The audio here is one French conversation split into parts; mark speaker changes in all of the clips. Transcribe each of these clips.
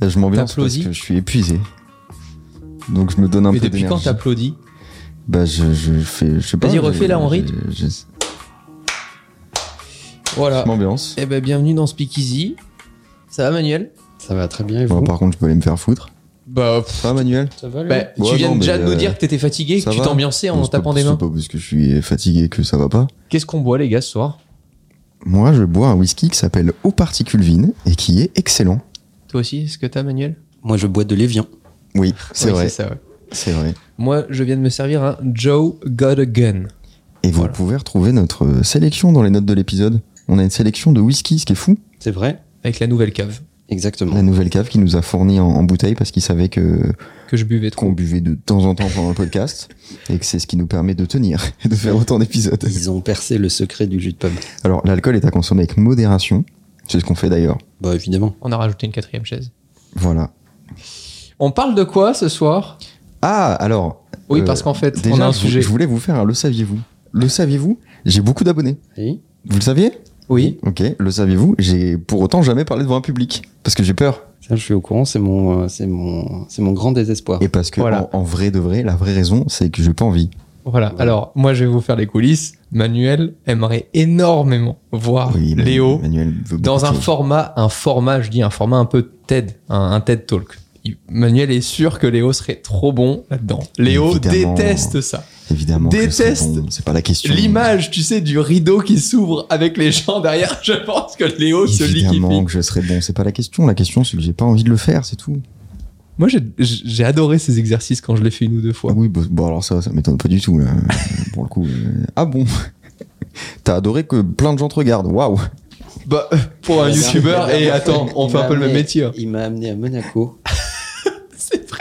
Speaker 1: Là, je m'ambiance parce
Speaker 2: T'applaudis.
Speaker 1: que je suis épuisé. Donc je me donne un
Speaker 2: Mais
Speaker 1: peu
Speaker 2: depuis quand
Speaker 1: d'énergie.
Speaker 2: t'applaudis
Speaker 1: Bah je, je fais, je sais pas.
Speaker 2: Vas-y,
Speaker 1: j'ai-
Speaker 2: refais, là, en
Speaker 1: j'ai-
Speaker 2: rythme.
Speaker 1: j'ai-
Speaker 2: Voilà.
Speaker 1: Je m'ambiance.
Speaker 2: Eh ben, bienvenue dans Speak Easy. Ça va, Manuel
Speaker 3: Ça va très bien, et
Speaker 1: Bon,
Speaker 3: vous
Speaker 1: par contre, je peux aller me faire foutre.
Speaker 2: Bah,
Speaker 1: Ça va, Manuel
Speaker 3: Ça va,
Speaker 2: bah,
Speaker 1: Ouais,
Speaker 2: tu viens
Speaker 1: non,
Speaker 2: déjà
Speaker 1: mais,
Speaker 2: de nous
Speaker 1: euh,
Speaker 2: dire que t'étais fatigué, que
Speaker 1: ça
Speaker 2: tu
Speaker 1: va
Speaker 2: t'ambiançais en
Speaker 1: Non, c'est pas-
Speaker 2: tapant des mains.
Speaker 1: C'est pas parce que je suis fatigué que ça va pas.
Speaker 2: Qu'est-ce qu'on boit, les gars, ce soir
Speaker 1: Moi, je bois un whisky qui s'appelle Eau Particule Vine et qui est excellent.
Speaker 2: Toi aussi, est-ce que t'as, Manuel
Speaker 3: Moi, je bois de l'évian.
Speaker 1: Oui, c'est
Speaker 2: Oui,
Speaker 1: vrai.
Speaker 2: ça, ouais.
Speaker 1: C'est vrai.
Speaker 2: Moi, je viens de me servir un Joe Got a Gun.
Speaker 1: Et vous
Speaker 2: Voilà.
Speaker 1: pouvez retrouver notre euh, sélection dans les notes de l'épisode. On a une sélection de whisky, ce qui est fou.
Speaker 3: C'est vrai
Speaker 2: Avec la nouvelle cave
Speaker 3: Exactement.
Speaker 1: La nouvelle cave qui nous a fourni en, en bouteille parce qu'il savait que
Speaker 2: que je buvais trop.
Speaker 1: qu'on buvait de temps en temps pendant le podcast et que c'est ce qui nous permet de tenir et de faire autant d'épisodes.
Speaker 3: Ils ont percé le secret du jus de pomme.
Speaker 1: Alors, l'alcool est à consommer avec modération. C'est ce qu'on fait d'ailleurs.
Speaker 3: Bah, évidemment.
Speaker 2: On a rajouté une quatrième chaise.
Speaker 1: Voilà.
Speaker 2: On parle de quoi ce soir
Speaker 1: Ah, alors.
Speaker 2: Oui,
Speaker 1: euh,
Speaker 2: parce qu'en fait,
Speaker 1: déjà,
Speaker 2: on a un
Speaker 1: je vou-
Speaker 2: sujet.
Speaker 1: je voulais vous faire un le saviez-vous. Le saviez-vous J'ai beaucoup d'abonnés.
Speaker 3: Oui.
Speaker 1: Vous le saviez
Speaker 2: Oui.
Speaker 1: Ok, le saviez-vous J'ai pour autant jamais parlé devant un public parce que j'ai peur
Speaker 3: Ça, je suis au courant, c'est mon, euh, c'est mon, c'est mon grand désespoir.
Speaker 1: et parce que
Speaker 2: Voilà.
Speaker 1: en, en vrai de vrai, la vraie raison, c'est que j'ai pas envie.
Speaker 2: Voilà. Alors, moi, je vais vous faire les coulisses. Manuel aimerait énormément voir
Speaker 1: Oui, mais
Speaker 2: Ah, Léo
Speaker 1: Manuel veut
Speaker 2: dans
Speaker 1: beaucoup
Speaker 2: un
Speaker 1: de choses.
Speaker 2: format, un format, je dis un format un peu TED, un, un TED Talk. Il- Manuel est sûr que Léo serait trop bon là-dedans. Léo
Speaker 1: Évidemment.
Speaker 2: déteste ça.
Speaker 1: Évidemment, que c'est
Speaker 2: déteste
Speaker 1: bon, c'est pas la question.
Speaker 2: L'image, tu sais, du rideau qui s'ouvre avec les gens derrière, je pense que Léo se
Speaker 1: Évidemment
Speaker 2: liquéfie.
Speaker 1: que je serais bon, c'est pas la question. La question, c'est que j'ai pas envie de le faire, c'est tout.
Speaker 2: Moi, j'ai- j'ai adoré ces exercices quand je l'ai fait une ou deux fois.
Speaker 1: Ah oui, bah, bon alors ça, ça m'étonne pas du tout là. pour le coup. euh, Ah bon T'as adoré que plein de gens te regardent. Waouh
Speaker 2: Bah, pour un
Speaker 3: Il m'a-
Speaker 2: youtubeur,
Speaker 3: il
Speaker 2: et
Speaker 3: m'a-
Speaker 2: attends, on
Speaker 3: il
Speaker 2: fait un
Speaker 3: m'a
Speaker 2: peu le même
Speaker 3: amené-
Speaker 2: métier. hein.
Speaker 3: Il m'a amené à Monaco,
Speaker 2: C'est vrai.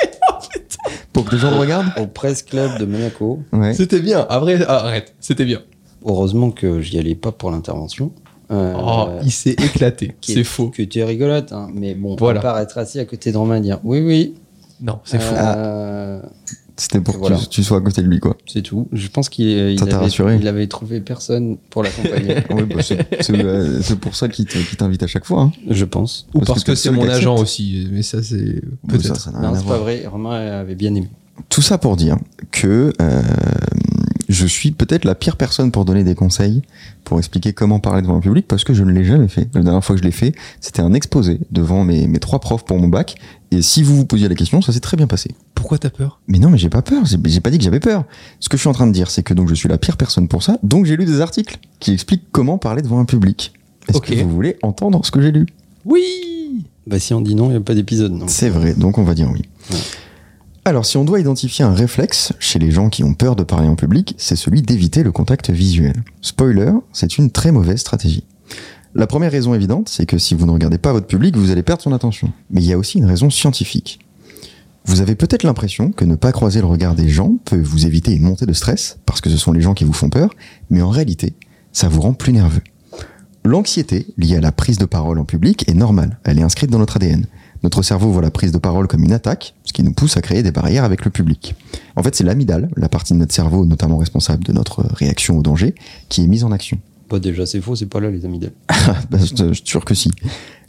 Speaker 1: Pour que les gens te regardent.
Speaker 3: au press club de Monaco.
Speaker 1: Ouais.
Speaker 2: C'était bien. Après, ah, arrête. C'était bien.
Speaker 3: Heureusement que j'y allais pas pour l'intervention. Euh,
Speaker 2: Oh, il s'est éclaté.
Speaker 3: qui est-
Speaker 2: C'est faux.
Speaker 3: Que tu es rigolote, hein, mais bon,
Speaker 2: Voilà.
Speaker 3: à part être assis à côté de Romain et dire oui, oui.
Speaker 2: Non, c'est faux.
Speaker 3: euh,
Speaker 1: C'était pour que
Speaker 3: Voilà.
Speaker 1: tu, tu sois à côté de lui quoi.
Speaker 3: C'est tout. Je pense qu'il il
Speaker 1: Ça t'a rassuré
Speaker 3: avait, il avait trouvé personne pour l'accompagner,
Speaker 1: Oui, bah, c'est c'est, euh, c'est pour ça qu'il te- qu'il t'invite à chaque fois. hein.
Speaker 3: je pense.
Speaker 2: Ou
Speaker 1: parce
Speaker 2: parce
Speaker 1: que t'es
Speaker 2: que
Speaker 1: le
Speaker 2: c'est
Speaker 1: seul
Speaker 2: mon
Speaker 1: qui accepte.
Speaker 2: agent aussi. Mais ça, c'est
Speaker 1: Bon, ça,
Speaker 2: peut-être.
Speaker 1: ça n'a rien
Speaker 3: Non,
Speaker 1: à
Speaker 3: c'est
Speaker 1: voir.
Speaker 3: pas vrai. Romain avait bien aimé.
Speaker 1: Tout ça pour dire que euh, je suis peut-être la pire personne pour donner des conseils, pour expliquer comment parler devant un public, parce que je ne l'ai jamais fait. La dernière fois que je l'ai fait, c'était un exposé devant mes, mes trois profs pour mon bac. Et si vous vous posiez la question, ça s'est très bien passé.
Speaker 2: Pourquoi t'as peur
Speaker 1: Mais non, mais j'ai pas peur. J'ai j'ai pas dit que j'avais peur. Ce que je suis en train de dire, c'est que donc je suis la pire personne pour ça. Donc j'ai lu des articles qui expliquent comment parler devant un public. Est-ce
Speaker 2: Ok.
Speaker 1: que vous voulez entendre ce que j'ai lu
Speaker 2: Oui.
Speaker 3: Bah, si on dit non, il n'y a pas d'épisode, non.
Speaker 1: C'est vrai, donc on va dire oui.
Speaker 3: Ouais.
Speaker 1: Alors, si on doit identifier un réflexe chez les gens qui ont peur de parler en public, c'est celui d'éviter le contact visuel. Spoiler, c'est une très mauvaise stratégie. La première raison évidente, c'est que si vous ne regardez pas votre public, vous allez perdre son attention. Mais il y a aussi une raison scientifique. Vous avez peut-être l'impression que ne pas croiser le regard des gens peut vous éviter une montée de stress, parce que ce sont les gens qui vous font peur, mais en réalité, ça vous rend plus nerveux. L'anxiété liée à la prise de parole en public est normale, elle est inscrite dans notre ADN. Notre cerveau voit la prise de parole comme une attaque, ce qui nous pousse à créer des barrières avec le public. En fait, c'est l'amygdale, la partie de notre cerveau notamment responsable de notre réaction au danger, qui est mise en action.
Speaker 3: Bah, déjà, c'est faux, c'est pas là, les amygdales.
Speaker 1: Bah, je te- je suis sûr que si.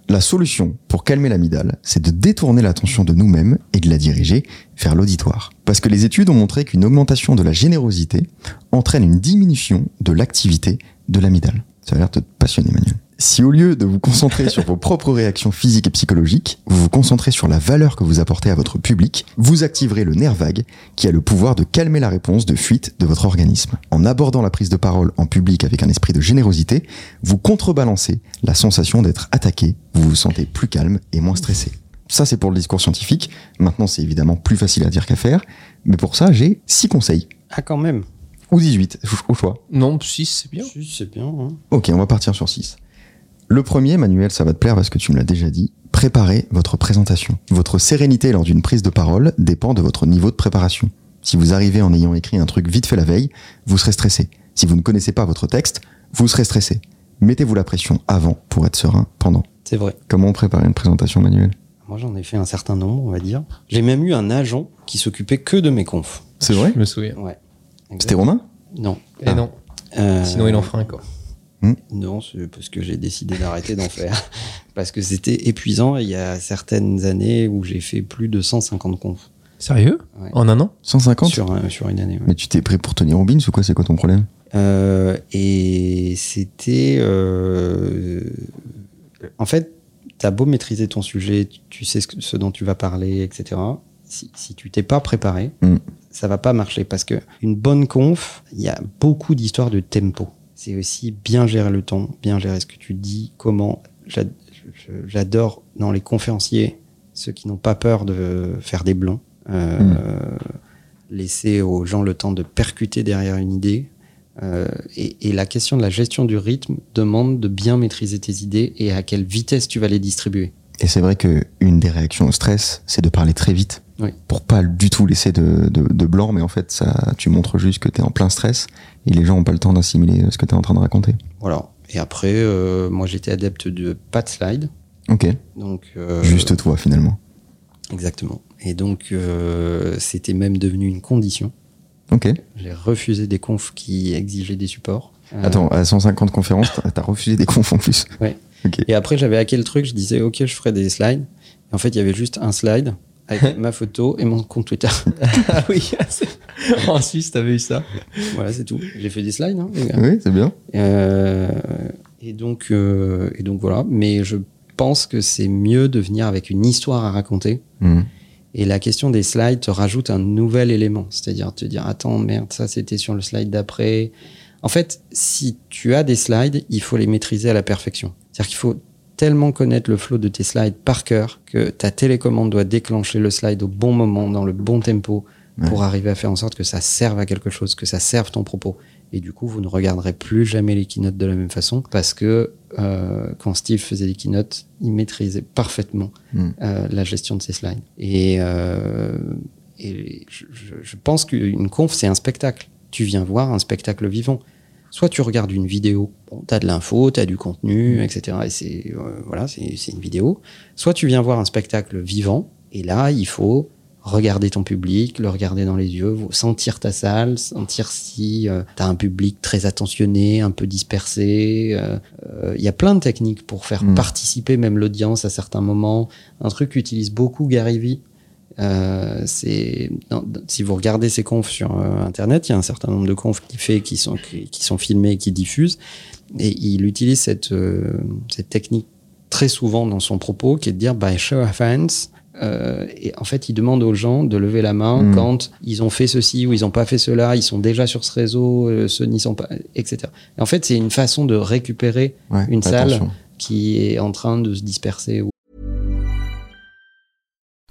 Speaker 1: La solution pour calmer l'amygdale, c'est de détourner l'attention de nous-mêmes et de la diriger vers l'auditoire. Parce que les études ont montré qu'une augmentation de la générosité entraîne une diminution de l'activité de l'amygdale. Ça a l'air de te passionner, Manuel. Si au lieu de vous concentrer sur vos propres réactions physiques et psychologiques, vous vous concentrez sur la valeur que vous apportez à votre public, vous activerez le nerf vague qui a le pouvoir de calmer la réponse de fuite de votre organisme. En abordant la prise de parole en public avec un esprit de générosité, vous contrebalancez la sensation d'être attaqué, vous vous sentez plus calme et moins stressé. Ça, c'est pour le discours scientifique. Maintenant, c'est évidemment plus facile à dire qu'à faire. Mais pour ça, j'ai 6 conseils.
Speaker 3: Ah, quand même.
Speaker 1: Ou 18, au- au choix.
Speaker 2: Non, 6, c'est bien.
Speaker 3: Si, C'est bien. hein.
Speaker 1: Ok, on va partir sur 6. Le premier, Manuel, ça va te plaire parce que tu me l'as déjà dit. Préparez votre présentation. Votre sérénité lors d'une prise de parole dépend de votre niveau de préparation. Si vous arrivez en ayant écrit un truc vite fait la veille, vous serez stressé. Si vous ne connaissez pas votre texte, vous serez stressé. Mettez-vous la pression avant pour être serein pendant.
Speaker 3: C'est vrai.
Speaker 1: Comment préparer une présentation, Manuel
Speaker 3: Moi, j'en ai fait un certain nombre, on va dire. J'ai même eu un agent qui s'occupait que de mes confs.
Speaker 1: C'est vrai Ah.
Speaker 2: Je me souviens.
Speaker 3: Ouais.
Speaker 1: C'était Romain
Speaker 3: Non.
Speaker 2: Et non,
Speaker 3: Euh,
Speaker 2: sinon il en fera un corps.
Speaker 1: Hmm.
Speaker 3: Non, c'est parce que j'ai décidé d'arrêter d'en faire. Parce que c'était épuisant. et Il y a certaines années où j'ai fait plus de 150 confs
Speaker 2: Sérieux
Speaker 3: Ouais.
Speaker 2: En un an
Speaker 1: 150
Speaker 3: sur, un- sur une année. ouais.
Speaker 1: Mais tu t'es pris pour Tony Robbins ou quoi C'est quoi ton problème
Speaker 3: Euh, et c'était. euh, en fait, t'as beau maîtriser ton sujet, tu- tu sais ce, que- ce dont tu vas parler, etc. Si, si tu t'es pas préparé,
Speaker 1: Mm.
Speaker 3: ça va pas marcher parce que une bonne conf, il y a beaucoup d'histoires de tempo. C'est aussi bien gérer le temps, bien gérer ce que tu dis, comment. J'ad- je- J'adore dans les conférenciers ceux qui n'ont pas peur de faire des blancs. Euh,
Speaker 1: Mm.
Speaker 3: Laisser aux gens le temps de percuter derrière une idée. Euh, et, et la question de la gestion du rythme demande de bien maîtriser tes idées et à quelle vitesse tu vas les distribuer.
Speaker 1: Et c'est vrai que une des réactions au stress, c'est de parler très vite.
Speaker 3: Oui.
Speaker 1: Pour pas du tout laisser de, de- de blanc, mais en fait, ça, tu montres juste que t'es en plein stress et les gens ont pas le temps d'assimiler euh, ce que t'es en train de raconter.
Speaker 3: Voilà. Et après, euh, moi j'étais adepte de pas de slide.
Speaker 1: Ok.
Speaker 3: Donc, euh,
Speaker 1: Juste toi, finalement.
Speaker 3: Exactement. Et donc, euh, c'était même devenu une condition.
Speaker 1: Ok.
Speaker 3: J'ai refusé des confs qui exigeaient des supports. Euh,
Speaker 1: Attends, à 150 conférences, t'as- t'as refusé des confs en plus.
Speaker 3: Et après, j'avais hacké le truc, je disais, OK, je ferai des slides. Et en fait, il y avait juste un slide avec ma photo et mon compte Twitter.
Speaker 2: Ah oui, c'est- en Suisse, t'avais eu ça.
Speaker 3: voilà, c'est tout. J'ai fait des slides, hein, les gars.
Speaker 1: Oui, c'est bien.
Speaker 3: Euh, et, donc, euh, et donc voilà. Mais je pense que c'est mieux de venir avec une histoire à raconter.
Speaker 1: Mhm.
Speaker 3: Et la question des slides te rajoute un nouvel élément. C'est-à-dire te dire, attends, merde, ça c'était sur le slide d'après. En fait, si tu as des slides, il faut les maîtriser à la perfection. C'est-à-dire qu'il faut tellement connaître le flow de tes slides par cœur que ta télécommande doit déclencher le slide au bon moment, dans le bon tempo,
Speaker 1: Ouais.
Speaker 3: pour arriver à faire en sorte que ça serve à quelque chose, que ça serve ton propos. Et du coup, vous ne regarderez plus jamais les keynotes de la même façon parce que euh, quand Steve faisait les keynotes, il maîtrisait parfaitement
Speaker 1: Mm.
Speaker 3: euh, la gestion de ses slides. Et, euh, et je, je- je pense qu'une conf, c'est un spectacle. Tu viens voir un spectacle vivant. Soit tu regardes une vidéo, bon, tu as de l'info, tu as du contenu, etc. Et c'est euh, voilà, c'est c'est une vidéo. Soit tu viens voir un spectacle vivant, et là, il faut regarder ton public, le regarder dans les yeux, sentir ta salle, sentir si tu as un public très attentionné, un peu dispersé. euh, euh, Il y a plein de techniques pour faire
Speaker 1: Mm.
Speaker 3: participer même l'audience à certains moments. Un truc qu'utilise beaucoup Gary Vee, euh, c'est dans- dans- si vous regardez ses confs sur euh, internet, il y a un certain nombre de confs qu'il fait qui sont qui, qui sont filmés et qui diffusent, et il utilise cette euh, cette technique très souvent dans son propos qui est de dire by show of hands. Euh, et en fait, il demande aux gens de lever la main
Speaker 1: Mm.
Speaker 3: quand ils ont fait ceci ou ils n'ont pas fait cela, ils sont déjà sur ce réseau, euh, ceux n'y sont pas, etc. Et en fait, c'est une façon de récupérer
Speaker 1: Ouais,
Speaker 3: Une salle.
Speaker 1: attention.
Speaker 3: qui est en train de se disperser ou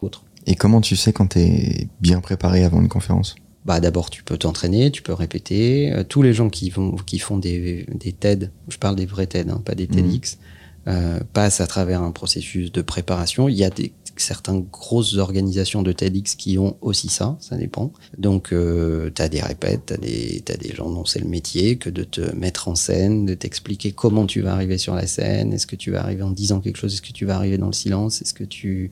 Speaker 3: autre.
Speaker 1: Et comment tu sais quand t'es bien préparé avant une conférence
Speaker 3: bah d'abord tu peux t'entraîner, tu peux répéter. Euh, tous les gens qui vont, qui font des, des TED, je parle des vrais TED, hein, pas des TEDx, euh, passent à travers un processus de préparation. Il y a des certaines grosses organisations de TEDx qui ont aussi ça, ça dépend. Donc euh, t'as des répètes, t'as des t'as des gens dont c'est le métier que de te mettre en scène, de t'expliquer comment tu vas arriver sur la scène, est-ce que tu vas arriver en disant quelque chose, est-ce que tu vas arriver dans le silence, est-ce que tu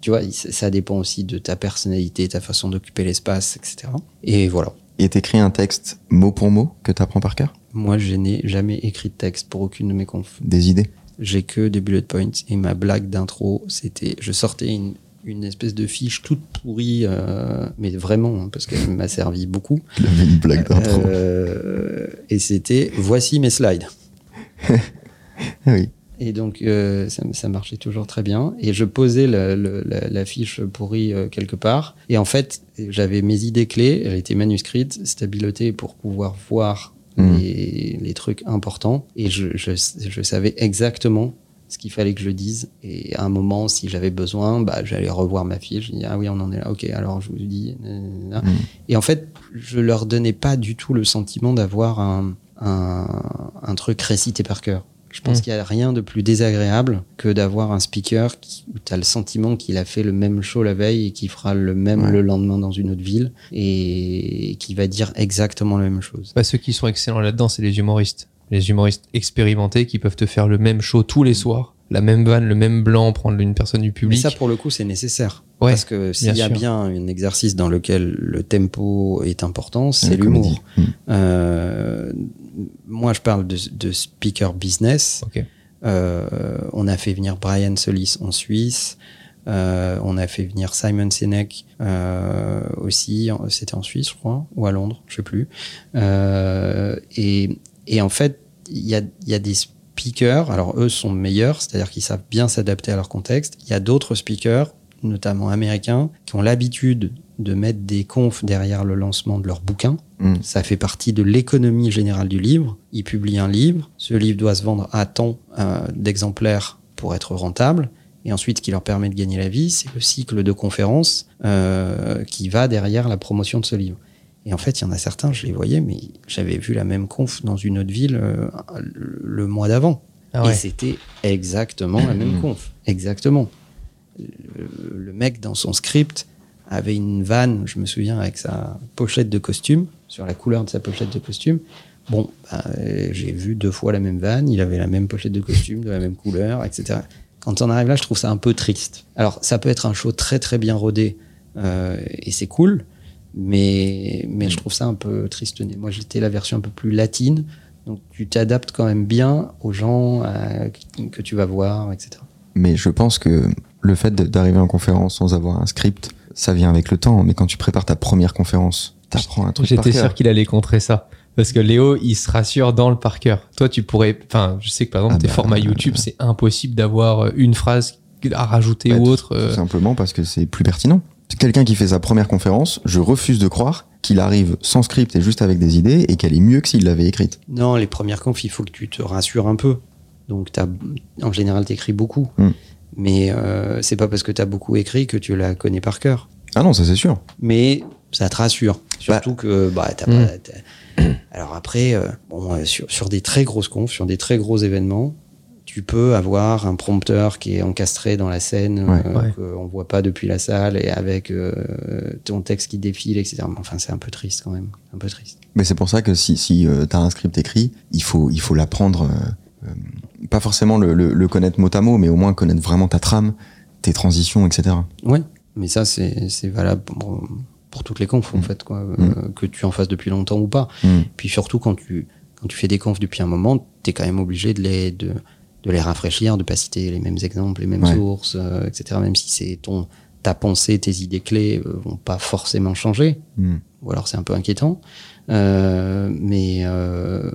Speaker 3: tu vois, il- ça dépend aussi de ta personnalité, ta façon d'occuper l'espace, etc. Et voilà.
Speaker 1: Et t'écris un texte mot pour mot que t'apprends par cœur
Speaker 3: Moi, je n'ai jamais écrit de texte pour aucune de mes confs.
Speaker 1: Des idées
Speaker 3: J'ai que des bullet points et ma blague d'intro, c'était, je sortais une, une espèce de fiche toute pourrie, euh, mais vraiment, hein, parce qu'elle m'a servi beaucoup.
Speaker 1: Il avait une blague d'intro.
Speaker 3: Euh, et c'était, voici mes slides.
Speaker 1: Ah oui.
Speaker 3: Et donc, euh, ça, ça marchait toujours très bien. Et je posais le- le- la, la fiche pourrie euh, quelque part. Et en fait, j'avais mes idées clés. Elle était manuscrite, stabilotée pour pouvoir voir
Speaker 1: Mm.
Speaker 3: les, les trucs importants. Et je, je- je savais exactement ce qu'il fallait que je dise. Et à un moment, si j'avais besoin, bah, j'allais revoir ma fille. Je dis, ah oui, on en est là. Ok, alors je vous dis. nanana.
Speaker 1: Mm.
Speaker 3: Et en fait, je leur donnais pas du tout le sentiment d'avoir un, un, un truc récité par cœur. Je pense
Speaker 2: Mm.
Speaker 3: qu'il y a rien de plus désagréable que d'avoir un speaker qui, où tu as le sentiment qu'il a fait le même show la veille et qu'il fera le même
Speaker 1: Ouais.
Speaker 3: le lendemain dans une autre ville et qui va dire exactement la même chose.
Speaker 2: Bah, ceux qui sont excellents là-dedans, c'est les humoristes. Les humoristes expérimentés qui peuvent te faire le même show tous les soirs, la même vanne, le même blanc, prendre une personne du
Speaker 3: Mais
Speaker 2: public.
Speaker 3: ça, pour le coup, c'est nécessaire.
Speaker 2: Ouais,
Speaker 3: Parce que s'il y a
Speaker 2: sûr.
Speaker 3: bien un exercice dans lequel le tempo est important, c'est
Speaker 1: La comédie.
Speaker 3: l'humour.
Speaker 1: Mm.
Speaker 3: Euh, moi, je parle de, de speaker business.
Speaker 2: Ok.
Speaker 3: Euh, on a fait venir Brian Solis en Suisse. Euh, on a fait venir Simon Sinek euh, aussi. En- C'était en Suisse, je crois, ou à Londres, je sais plus. Euh, et, et en fait, il y a, il y a des speakers. Alors, eux sont meilleurs, c'est-à-dire qu'ils savent bien s'adapter à leur contexte. Il y a d'autres speakers, notamment américains, qui ont l'habitude de mettre des confs derrière le lancement de leur bouquin.
Speaker 1: Mm.
Speaker 3: Ça fait partie de l'économie générale du livre. Ils publient un livre. Ce livre doit se vendre à tant euh, d'exemplaires pour être rentable. Et ensuite, ce qui leur permet de gagner la vie, c'est le cycle de conférences euh, qui va derrière la promotion de ce livre. Et en fait, il y en a certains, je les voyais, mais j'avais vu la même conf dans une autre ville euh, le mois d'avant.
Speaker 2: Ah ouais. Mmh.
Speaker 3: Et c'était exactement la même conf. Exactement. Le, le mec, dans son script, avait une vanne, je me souviens, avec sa pochette de costume, sur la couleur de sa pochette de costume. Bon, bah, euh, j'ai vu deux fois la même vanne, il avait la même pochette de costume, de la même couleur, etc. Quand on arrive là, je trouve ça un peu triste. Alors, ça peut être un show très très bien rodé, euh, et c'est cool, mais, mais je trouve ça un peu triste. Moi, j'étais la version un peu plus latine, donc tu t'adaptes quand même bien aux gens euh, qui- que tu vas voir, etc.
Speaker 1: Mais je pense que le fait de- d'arriver en conférence sans avoir un script, ça vient avec le temps. Mais quand tu prépares ta première conférence, t'apprends un truc par
Speaker 2: J'étais
Speaker 1: cœur.
Speaker 2: sûr qu'il allait contrer ça. Parce que Léo, il se rassure dans le par cœur. Toi, tu pourrais. Enfin, je sais que par exemple,
Speaker 1: Ah
Speaker 2: tes
Speaker 1: bah,
Speaker 2: formats
Speaker 1: euh,
Speaker 2: YouTube, c'est impossible d'avoir euh, une phrase à rajouter
Speaker 1: Bah,
Speaker 2: ou
Speaker 1: tout-
Speaker 2: autre. euh,
Speaker 1: Tout simplement parce que c'est plus pertinent. Quelqu'un qui fait sa première conférence, je refuse de croire qu'il arrive sans script et juste avec des idées et qu'elle est mieux que s'il l'avait écrite.
Speaker 3: Non, les premières confs, il faut que tu te rassures un peu. Donc, t'as- en général, tu écris beaucoup.
Speaker 1: Mm.
Speaker 3: Mais euh, c'est pas parce que tu as beaucoup écrit que tu la connais par cœur.
Speaker 1: Ah non, ça c'est sûr.
Speaker 3: mais ça te rassure. Surtout que bah, t'as
Speaker 2: Mm.
Speaker 3: pas- t'as- Alors après, euh, bon, euh, sur, sur des très grosses confs, sur des très gros événements, tu peux avoir un prompteur qui est encastré dans la scène,
Speaker 1: Ouais.
Speaker 3: euh,
Speaker 2: Ouais.
Speaker 3: qu'on voit pas depuis la salle, et avec euh, ton texte qui défile, etc. Mais Enfin, c'est un peu triste quand même, un peu triste.
Speaker 1: Mais c'est pour ça que si, si euh, t'as un script écrit, il faut, il faut l'apprendre, euh, euh, pas forcément le, le- le connaître mot à mot, mais au moins connaître vraiment ta trame, tes transitions, etc.
Speaker 3: Ouais, mais ça, c'est c'est valable pour, pour toutes les confs, en fait, quoi, euh, que tu en fasses depuis longtemps ou pas.
Speaker 1: Mm.
Speaker 3: Puis surtout, quand tu, quand tu fais des confs depuis un moment, tu es quand même obligé de les, de, de les rafraîchir, de pas citer les mêmes exemples, les mêmes
Speaker 1: Ouais.
Speaker 3: sources, euh, etc. Même si c'est ton, ta pensée, tes idées clés euh, vont pas forcément changer,
Speaker 1: Mm.
Speaker 3: ou alors c'est un peu inquiétant. Euh, mais, euh,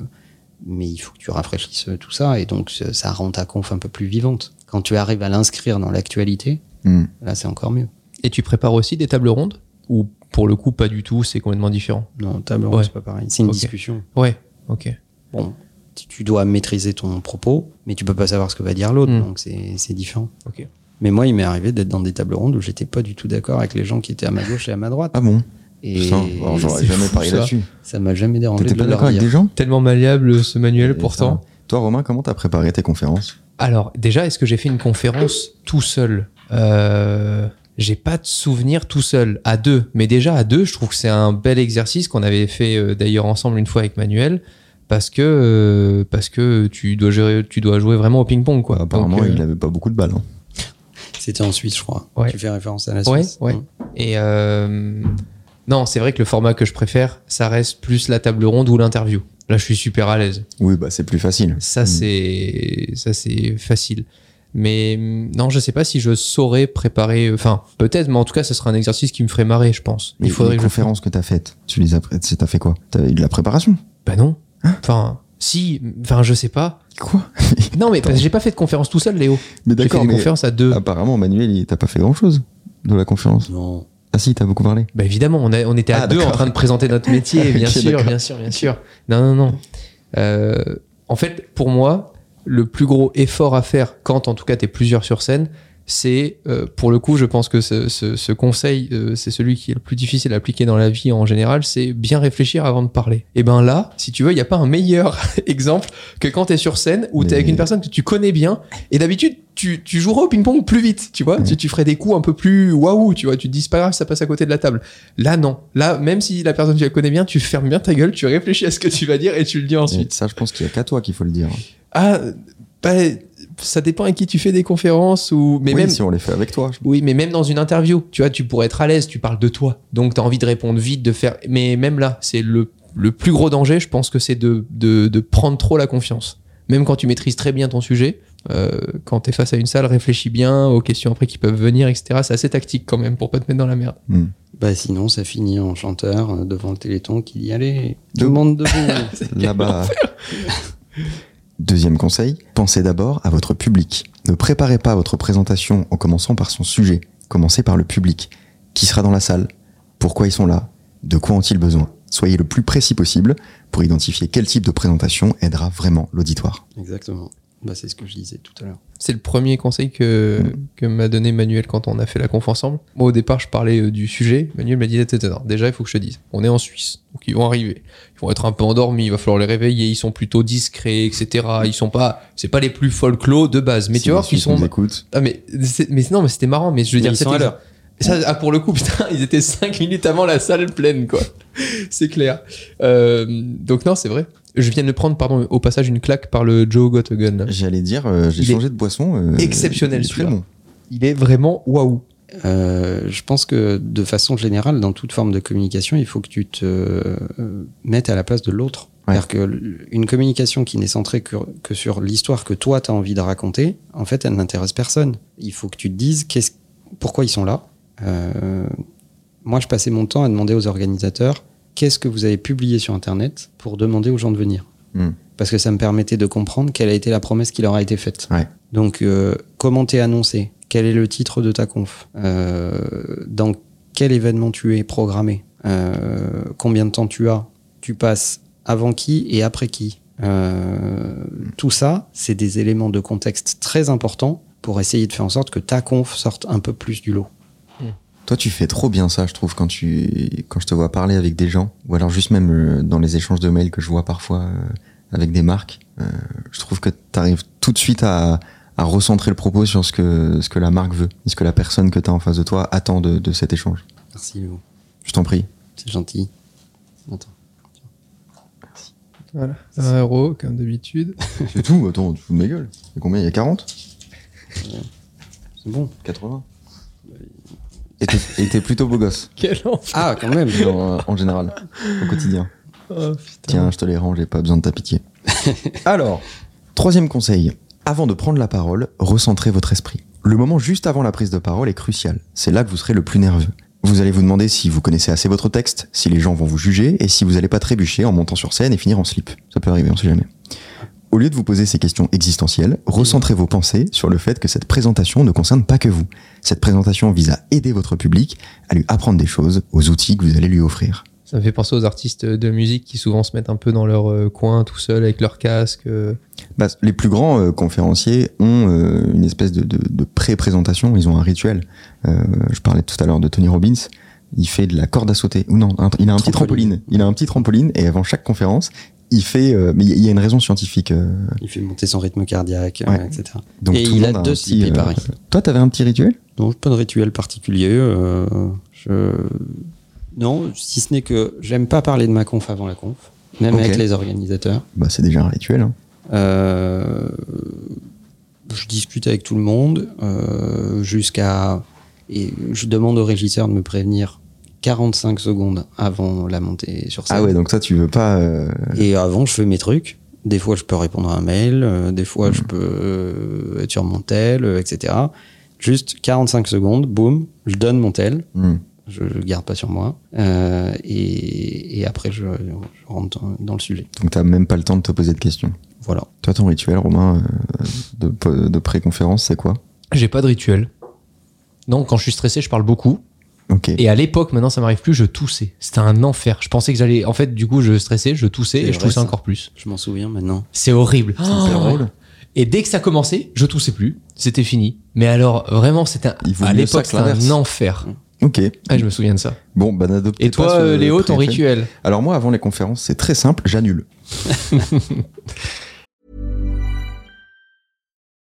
Speaker 3: mais il faut que tu rafraîchisses tout ça, et donc ça ça rend ta conf un peu plus vivante. Quand tu arrives à l'inscrire dans l'actualité,
Speaker 1: Mm.
Speaker 3: là c'est encore mieux.
Speaker 2: Et tu prépares aussi des tables rondes Ou pour le coup, pas du tout, c'est complètement différent
Speaker 3: Non, table ronde,
Speaker 2: Ouais.
Speaker 3: c'est pas pareil. C'est une
Speaker 2: Ok.
Speaker 3: discussion.
Speaker 2: Ouais, ok.
Speaker 3: Bon, tu- tu dois maîtriser ton propos, mais tu peux pas savoir ce que va dire l'autre,
Speaker 1: Hmm.
Speaker 2: Mm.
Speaker 3: donc c'est c'est différent.
Speaker 2: Ok.
Speaker 3: Mais moi, il m'est arrivé d'être dans des tables rondes où j'étais pas du tout d'accord avec les gens qui étaient à ma gauche et à ma droite.
Speaker 1: Ah bon
Speaker 3: Et
Speaker 1: Putain, alors, j'aurais
Speaker 2: c'est
Speaker 1: jamais
Speaker 2: fou,
Speaker 1: parié
Speaker 2: ça.
Speaker 1: là-dessus.
Speaker 3: ça m'a jamais dérangé
Speaker 1: T'étais
Speaker 3: de
Speaker 1: pas
Speaker 3: leur
Speaker 1: d'accord avec
Speaker 3: dire.
Speaker 1: des gens
Speaker 2: Tellement malléable ce manuel pourtant.
Speaker 1: Toi, Romain, comment t'as préparé tes conférences
Speaker 2: Alors, déjà, est-ce que j'ai fait une conférence tout seul euh, J'ai pas de souvenir tout seul, à deux. Mais déjà, à deux, je trouve que c'est un bel exercice qu'on avait fait euh, d'ailleurs ensemble une fois avec Manuel. Parce que, euh, parce que tu, dois gérer- tu dois jouer vraiment au ping-pong. Quoi.
Speaker 1: Apparemment,
Speaker 2: Donc, euh,
Speaker 1: il avait Bah, pas beaucoup de balles. hein.
Speaker 3: C'était en Suisse, je crois.
Speaker 2: Ouais.
Speaker 3: Tu fais référence à la
Speaker 2: Ouais,
Speaker 3: Suisse.
Speaker 2: ouais.
Speaker 3: Mm.
Speaker 2: Et euh, non, c'est vrai que le format que je préfère, ça reste plus la table ronde ou l'interview. Là, je suis super à l'aise.
Speaker 1: Oui, bah c'est plus facile.
Speaker 2: Ça,
Speaker 1: Mm.
Speaker 2: c'est ça c'est facile. Mais hum, non, je sais pas si je saurais préparer. Enfin, peut-être, mais en tout cas, ce serait un exercice qui me ferait marrer, je pense.
Speaker 1: Mais
Speaker 2: Il faudrait
Speaker 1: les
Speaker 2: que
Speaker 1: conférences que t'as faites, tu les as, tu- t'as fait quoi T'as eu de la préparation
Speaker 2: je. Bah non.
Speaker 1: Hein
Speaker 2: Enfin, si. Enfin, je sais pas.
Speaker 1: Quoi
Speaker 2: Non, mais parce que
Speaker 1: Attends.
Speaker 2: j'ai pas fait de conférence tout seul, Léo.
Speaker 1: Mais
Speaker 2: J'ai fait
Speaker 1: d'accord,
Speaker 2: des
Speaker 1: mais Ah
Speaker 2: conférences à deux.
Speaker 1: apparemment Manuel, il- t'as pas fait grand chose de la conférence.
Speaker 3: Non.
Speaker 1: Ah si, t'as beaucoup parlé.
Speaker 2: Bah évidemment, on, a- on était à
Speaker 1: Ah,
Speaker 2: deux en
Speaker 1: d'accord.
Speaker 2: train de présenter notre métier,
Speaker 1: Ok,
Speaker 2: bien sûr,
Speaker 1: d'accord.
Speaker 2: bien sûr, bien sûr. Non, non, non. Euh, en fait, pour moi, le plus gros effort à faire quand, en tout cas, tu es plusieurs sur scène, c'est, euh, pour le coup, je pense que ce, ce- ce conseil, euh, c'est celui qui est le plus difficile à appliquer dans la vie en général, c'est bien réfléchir avant de parler. Et ben là, si tu veux, il n'y a pas un meilleur exemple que quand tu es sur scène où tu
Speaker 1: Mais-
Speaker 2: avec une personne que tu connais bien, et d'habitude, tu, tu joueras au ping-pong plus vite, tu vois, tu, tu ferais des coups un peu plus waouh, tu vois, tu te dis, c'est pas grave, ça passe à côté de la table. Là, non. Là, même si la personne, tu la connais bien, tu fermes bien ta gueule, tu réfléchis à ce que tu vas dire et tu le dis ensuite.
Speaker 1: Et ça, je pense qu'il n'y a qu'à toi qu'il faut le dire.
Speaker 2: Ah, bah, ça dépend à qui tu fais des conférences ou. Mais
Speaker 1: oui,
Speaker 2: même.
Speaker 1: si on les fait avec toi. je-
Speaker 2: Oui, mais même dans une interview, tu vois, tu pourrais être à l'aise, tu parles de toi. Donc, tu as envie de répondre vite, de faire. Mais même là, c'est le, le plus gros danger, je pense que c'est de, de, de prendre trop la confiance. Même quand tu maîtrises très bien ton sujet, euh, quand tu es face à une salle, réfléchis bien aux questions après qui peuvent venir, etc. C'est assez tactique quand même pour pas te mettre dans la merde.
Speaker 3: Bah sinon, ça finit en chanteur euh, devant le Téléthon qui dit allez, tout
Speaker 1: Debout.
Speaker 3: le monde debout.
Speaker 1: Là-bas. Deuxième conseil, pensez d'abord à votre public. Ne préparez pas votre présentation en commençant par son sujet. Commencez par le public. Qui sera dans la salle Pourquoi ils sont là De quoi ont-ils besoin Soyez le plus précis possible pour identifier quel type de présentation aidera vraiment l'auditoire.
Speaker 3: Exactement. Bah c'est ce que je disais tout à l'heure.
Speaker 2: C'est le premier conseil que, que m'a donné Manuel quand on a fait la conf ensemble. Moi, au départ, je parlais euh, du sujet. Manuel m'a dit, etc. Déjà, il faut que je te dise, on est en Suisse. Donc, ils vont arriver. Ils vont être un peu endormis. Il va falloir les réveiller. Ils sont plutôt discrets, etc. Ils sont pas, c'est pas les plus folklore de base. Mais
Speaker 1: Si
Speaker 2: tu vois
Speaker 1: les
Speaker 2: qu'ils
Speaker 1: Suisses nous
Speaker 2: sont,
Speaker 1: écoutent.
Speaker 2: ah, mais, c'est- mais non, mais c'était marrant. Mais je veux
Speaker 3: Mais
Speaker 2: dire,
Speaker 3: ils
Speaker 2: cet
Speaker 3: sont à
Speaker 2: ex-
Speaker 3: l'heure.
Speaker 2: Ça, ah, pour le coup, putain, ils étaient 5 minutes avant la salle pleine, quoi. c'est clair. Euh, donc, non, c'est vrai. Je viens de prendre, pardon, au passage, une claque par le Joe Gottgen. là.
Speaker 1: J'allais dire, euh, j'ai
Speaker 2: Il est
Speaker 1: changé de boisson. euh,
Speaker 2: exceptionnel,
Speaker 1: il est très
Speaker 2: celui-là.
Speaker 1: bon.
Speaker 2: Il est vraiment waouh.
Speaker 3: Euh, je pense que de façon générale, dans toute forme de communication, il faut que tu te euh, mettes à la place de l'autre.
Speaker 1: Ouais.
Speaker 3: C'est-à-dire que l- une communication qui n'est centrée que, que sur l'histoire que toi tu as envie de raconter, en fait, elle n'intéresse personne. Il faut que tu te dises qu'est-ce- pourquoi ils sont là. Euh, moi, je passais mon temps à demander aux organisateurs qu'est-ce que vous avez publié sur Internet pour demander aux gens de venir.
Speaker 1: Hmm.
Speaker 3: Parce que ça me permettait de comprendre quelle a été la promesse qui leur a été faite.
Speaker 1: Ouais.
Speaker 3: Donc, euh, comment t'es annoncé Quel est le titre de ta conf Euh, Dans quel événement tu es programmé Euh, Combien de temps tu as Tu passes avant qui et après qui Euh, Tout ça, c'est des éléments de contexte très importants pour essayer de faire en sorte que ta conf sorte un peu plus du lot.
Speaker 1: Toi, tu fais trop bien ça, je trouve, quand tu, quand je te vois parler avec des gens, ou alors juste même euh, dans les échanges de mails que je vois parfois euh, avec des marques. euh, je trouve que tu arrives tout de suite à, à recentrer le propos sur ce que, ce que la marque veut, ce que la personne que tu as en face de toi attend de, de cet échange.
Speaker 3: Merci Léo,
Speaker 1: Je t'en prie.
Speaker 3: c'est gentil. Attends.
Speaker 2: Voilà, un euro comme d'habitude.
Speaker 1: C'est tout, attends, tu fous de ma gueule. Il y a combien Il y a 40
Speaker 3: C'est bon.
Speaker 1: 80 Et t'es- et t'es plutôt beau gosse,
Speaker 2: Quel enfant
Speaker 3: Ah, quand même.
Speaker 1: en, en général, au quotidien.
Speaker 2: Oh, putain.
Speaker 1: Tiens, je te les range, j'ai pas besoin de ta pitié. Alors, troisième conseil. Avant de prendre la parole, recentrez votre esprit. Le moment juste avant la prise de parole est crucial. C'est là que vous serez le plus nerveux. Vous allez vous demander si vous connaissez assez votre texte, si les gens vont vous juger et si vous n'allez pas trébucher en montant sur scène et finir en slip. Ça peut arriver, on sait jamais. Au lieu de vous poser ces questions existentielles, recentrez vos pensées sur le fait que cette présentation ne concerne pas que vous. Cette présentation vise à aider votre public à lui apprendre des choses, aux outils que vous allez lui offrir.
Speaker 2: Ça me fait penser aux artistes de musique qui souvent se mettent un peu dans leur euh, coin tout seul avec leur casque. euh.
Speaker 1: Bah, les plus grands euh, conférenciers ont euh, une espèce de, de- de pré-présentation, ils ont un rituel. Euh, je parlais tout à l'heure de Tony Robbins, il fait de la corde à sauter. Ou non, un- il a un petit
Speaker 3: Trampoline.
Speaker 1: trampoline. Il a un petit trampoline et avant chaque conférence, il fait. euh, mais il y a- il y a une raison scientifique. euh,
Speaker 3: Il fait monter son rythme cardiaque,
Speaker 1: Ouais.
Speaker 3: euh, etc.
Speaker 1: donc
Speaker 3: et
Speaker 1: tout le
Speaker 3: il a
Speaker 1: monde un
Speaker 3: deux
Speaker 1: petit,
Speaker 3: types, il
Speaker 1: euh,
Speaker 3: paraît.
Speaker 1: Toi, t'avais un petit rituel
Speaker 3: Donc pas de rituel particulier. euh, je... Non, si ce n'est que j'aime pas parler de ma conf avant la conf, même
Speaker 1: Ok.
Speaker 3: avec les organisateurs.
Speaker 1: Bah, c'est déjà un rituel. hein.
Speaker 3: Euh, Je discute avec tout le monde euh, jusqu'à... Et je demande au régisseur de me prévenir 45 secondes avant la montée sur scène.
Speaker 1: Ah ouais, donc toi, tu veux pas. euh,
Speaker 3: Et avant, je fais mes trucs. Des fois, je peux répondre à un mail, euh, des fois, je peux euh, être sur mon tel, euh, etc. Juste 45 secondes, boum, je donne mon tel,
Speaker 1: hmm.
Speaker 3: je ne le garde pas sur moi, euh, et, et après, je, je rentre dans, dans le sujet.
Speaker 1: Donc t'as même pas le temps de te poser de questions.
Speaker 3: Voilà.
Speaker 1: Toi, ton rituel, Romain, euh, de, po- de pré-conférence, c'est quoi
Speaker 2: J'ai pas de rituel. Non, quand je suis stressé, je parle beaucoup.
Speaker 1: Ok.
Speaker 2: Et à l'époque, maintenant ça m'arrive plus, je toussais. C'était un enfer. Je pensais que j'allais. En fait, du coup, je stressais, je toussais
Speaker 3: C'est
Speaker 2: et je
Speaker 3: vrai,
Speaker 2: toussais
Speaker 3: ça.
Speaker 2: encore plus.
Speaker 3: Je m'en souviens maintenant.
Speaker 2: C'est horrible.
Speaker 1: C'est hyper
Speaker 2: Oh.
Speaker 1: drôle.
Speaker 2: Et dès que ça commençait, je toussais plus. C'était fini. Mais alors, vraiment, c'était un-
Speaker 1: Il vaut
Speaker 2: à
Speaker 1: mieux ça
Speaker 2: l'époque,
Speaker 1: que
Speaker 2: c'était un
Speaker 1: l'inverse.
Speaker 2: enfer.
Speaker 1: Ok.
Speaker 2: Ah, je me souviens de ça.
Speaker 1: Bon, bah n'adoptez
Speaker 2: Et
Speaker 1: pas
Speaker 2: toi,
Speaker 1: ce
Speaker 2: euh, Léo, ton
Speaker 1: préfet.
Speaker 2: rituel
Speaker 1: Alors moi, avant les conférences, c'est très simple, j'annule.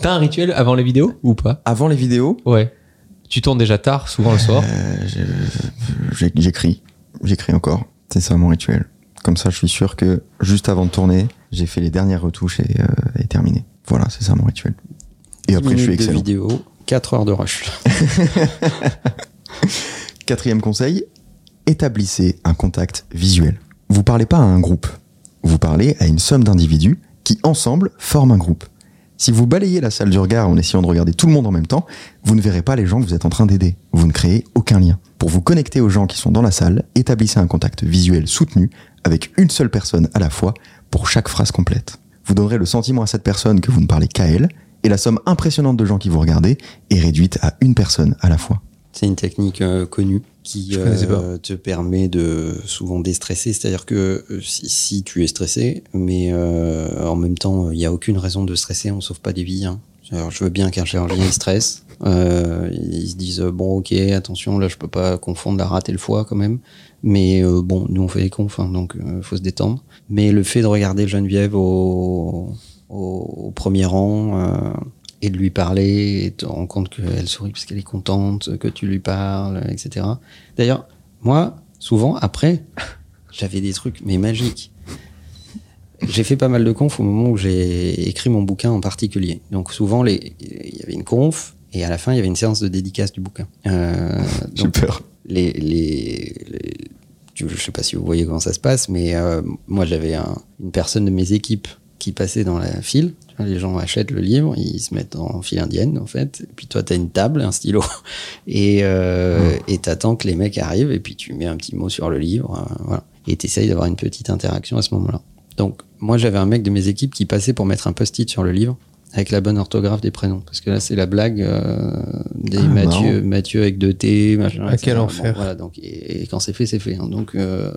Speaker 2: T'as un rituel avant les vidéos ou pas
Speaker 1: Avant les vidéos,
Speaker 2: Ouais. Tu tournes déjà tard, souvent le soir.
Speaker 1: euh, je- j'ai- j'écris. J'écris encore. C'est ça mon rituel. Comme ça, je suis sûr que juste avant de tourner, j'ai fait les dernières retouches et, euh, et terminé. Voilà, c'est ça mon rituel. Et après, je suis
Speaker 3: de
Speaker 1: excellent.
Speaker 3: vidéo, 4 heures de rush.
Speaker 1: Quatrième conseil, établissez un contact visuel. Vous parlez pas à un groupe, vous parlez à une somme d'individus qui ensemble forment un groupe. Si vous balayez la salle du regard en essayant de regarder tout le monde en même temps, vous ne verrez pas les gens que vous êtes en train d'aider. Vous ne créez aucun lien. Pour vous connecter aux gens qui sont dans la salle, établissez un contact visuel soutenu avec une seule personne à la fois pour chaque phrase complète. Vous donnerez le sentiment à cette personne que vous ne parlez qu'à elle, et la somme impressionnante de gens qui vous regardez est réduite à une personne à la fois.
Speaker 3: C'est une technique euh, connue qui
Speaker 2: Je connaissais
Speaker 3: euh, te permet de souvent déstresser. C'est-à-dire que euh, si, si tu es stressé, mais euh, en même temps, il n'y a aucune raison de stresser, on ne sauve pas des vies. hein. Alors, je veux bien qu'un chirurgien il stresse. Euh, ils se disent euh, bon ok attention là je peux pas confondre la rate et le foie quand même mais euh, bon nous on fait des confs hein, donc euh, faut se détendre mais le fait de regarder Geneviève au, au, au premier rang euh, et de lui parler et te rendre compte qu'elle sourit parce qu'elle est contente que tu lui parles etc d'ailleurs moi souvent après j'avais des trucs mais magiques j'ai fait pas mal de confs au moment où j'ai écrit mon bouquin en particulier. Donc souvent, les- il y avait une conf et à la fin, il y avait une séance de dédicace du bouquin. Euh, donc,
Speaker 1: peur.
Speaker 3: les, les, les- tu- je sais pas si vous voyez comment ça se passe, mais euh, moi j'avais un- une personne de mes équipes qui passait dans la file. Tu vois, Les gens achètent le livre, ils se mettent en file indienne en fait. Et puis toi, t'as une table, un stylo, et euh,
Speaker 1: Hmm.
Speaker 3: et t'attends que les mecs arrivent, et puis tu mets un petit mot sur le livre, euh, voilà. Et t'essayes d'avoir une petite interaction à ce moment-là. Donc moi j'avais un mec de mes équipes qui passait pour mettre un post-it sur le livre avec la bonne orthographe des prénoms, parce que là c'est la blague euh, des
Speaker 1: Ah, marrant.
Speaker 3: Mathieu, Mathieu avec deux T, machin.
Speaker 2: Ah, quel
Speaker 3: etc.
Speaker 2: enfer.
Speaker 3: hein. voilà, donc, et, et quand c'est fait, c'est fait. hein. Donc, euh,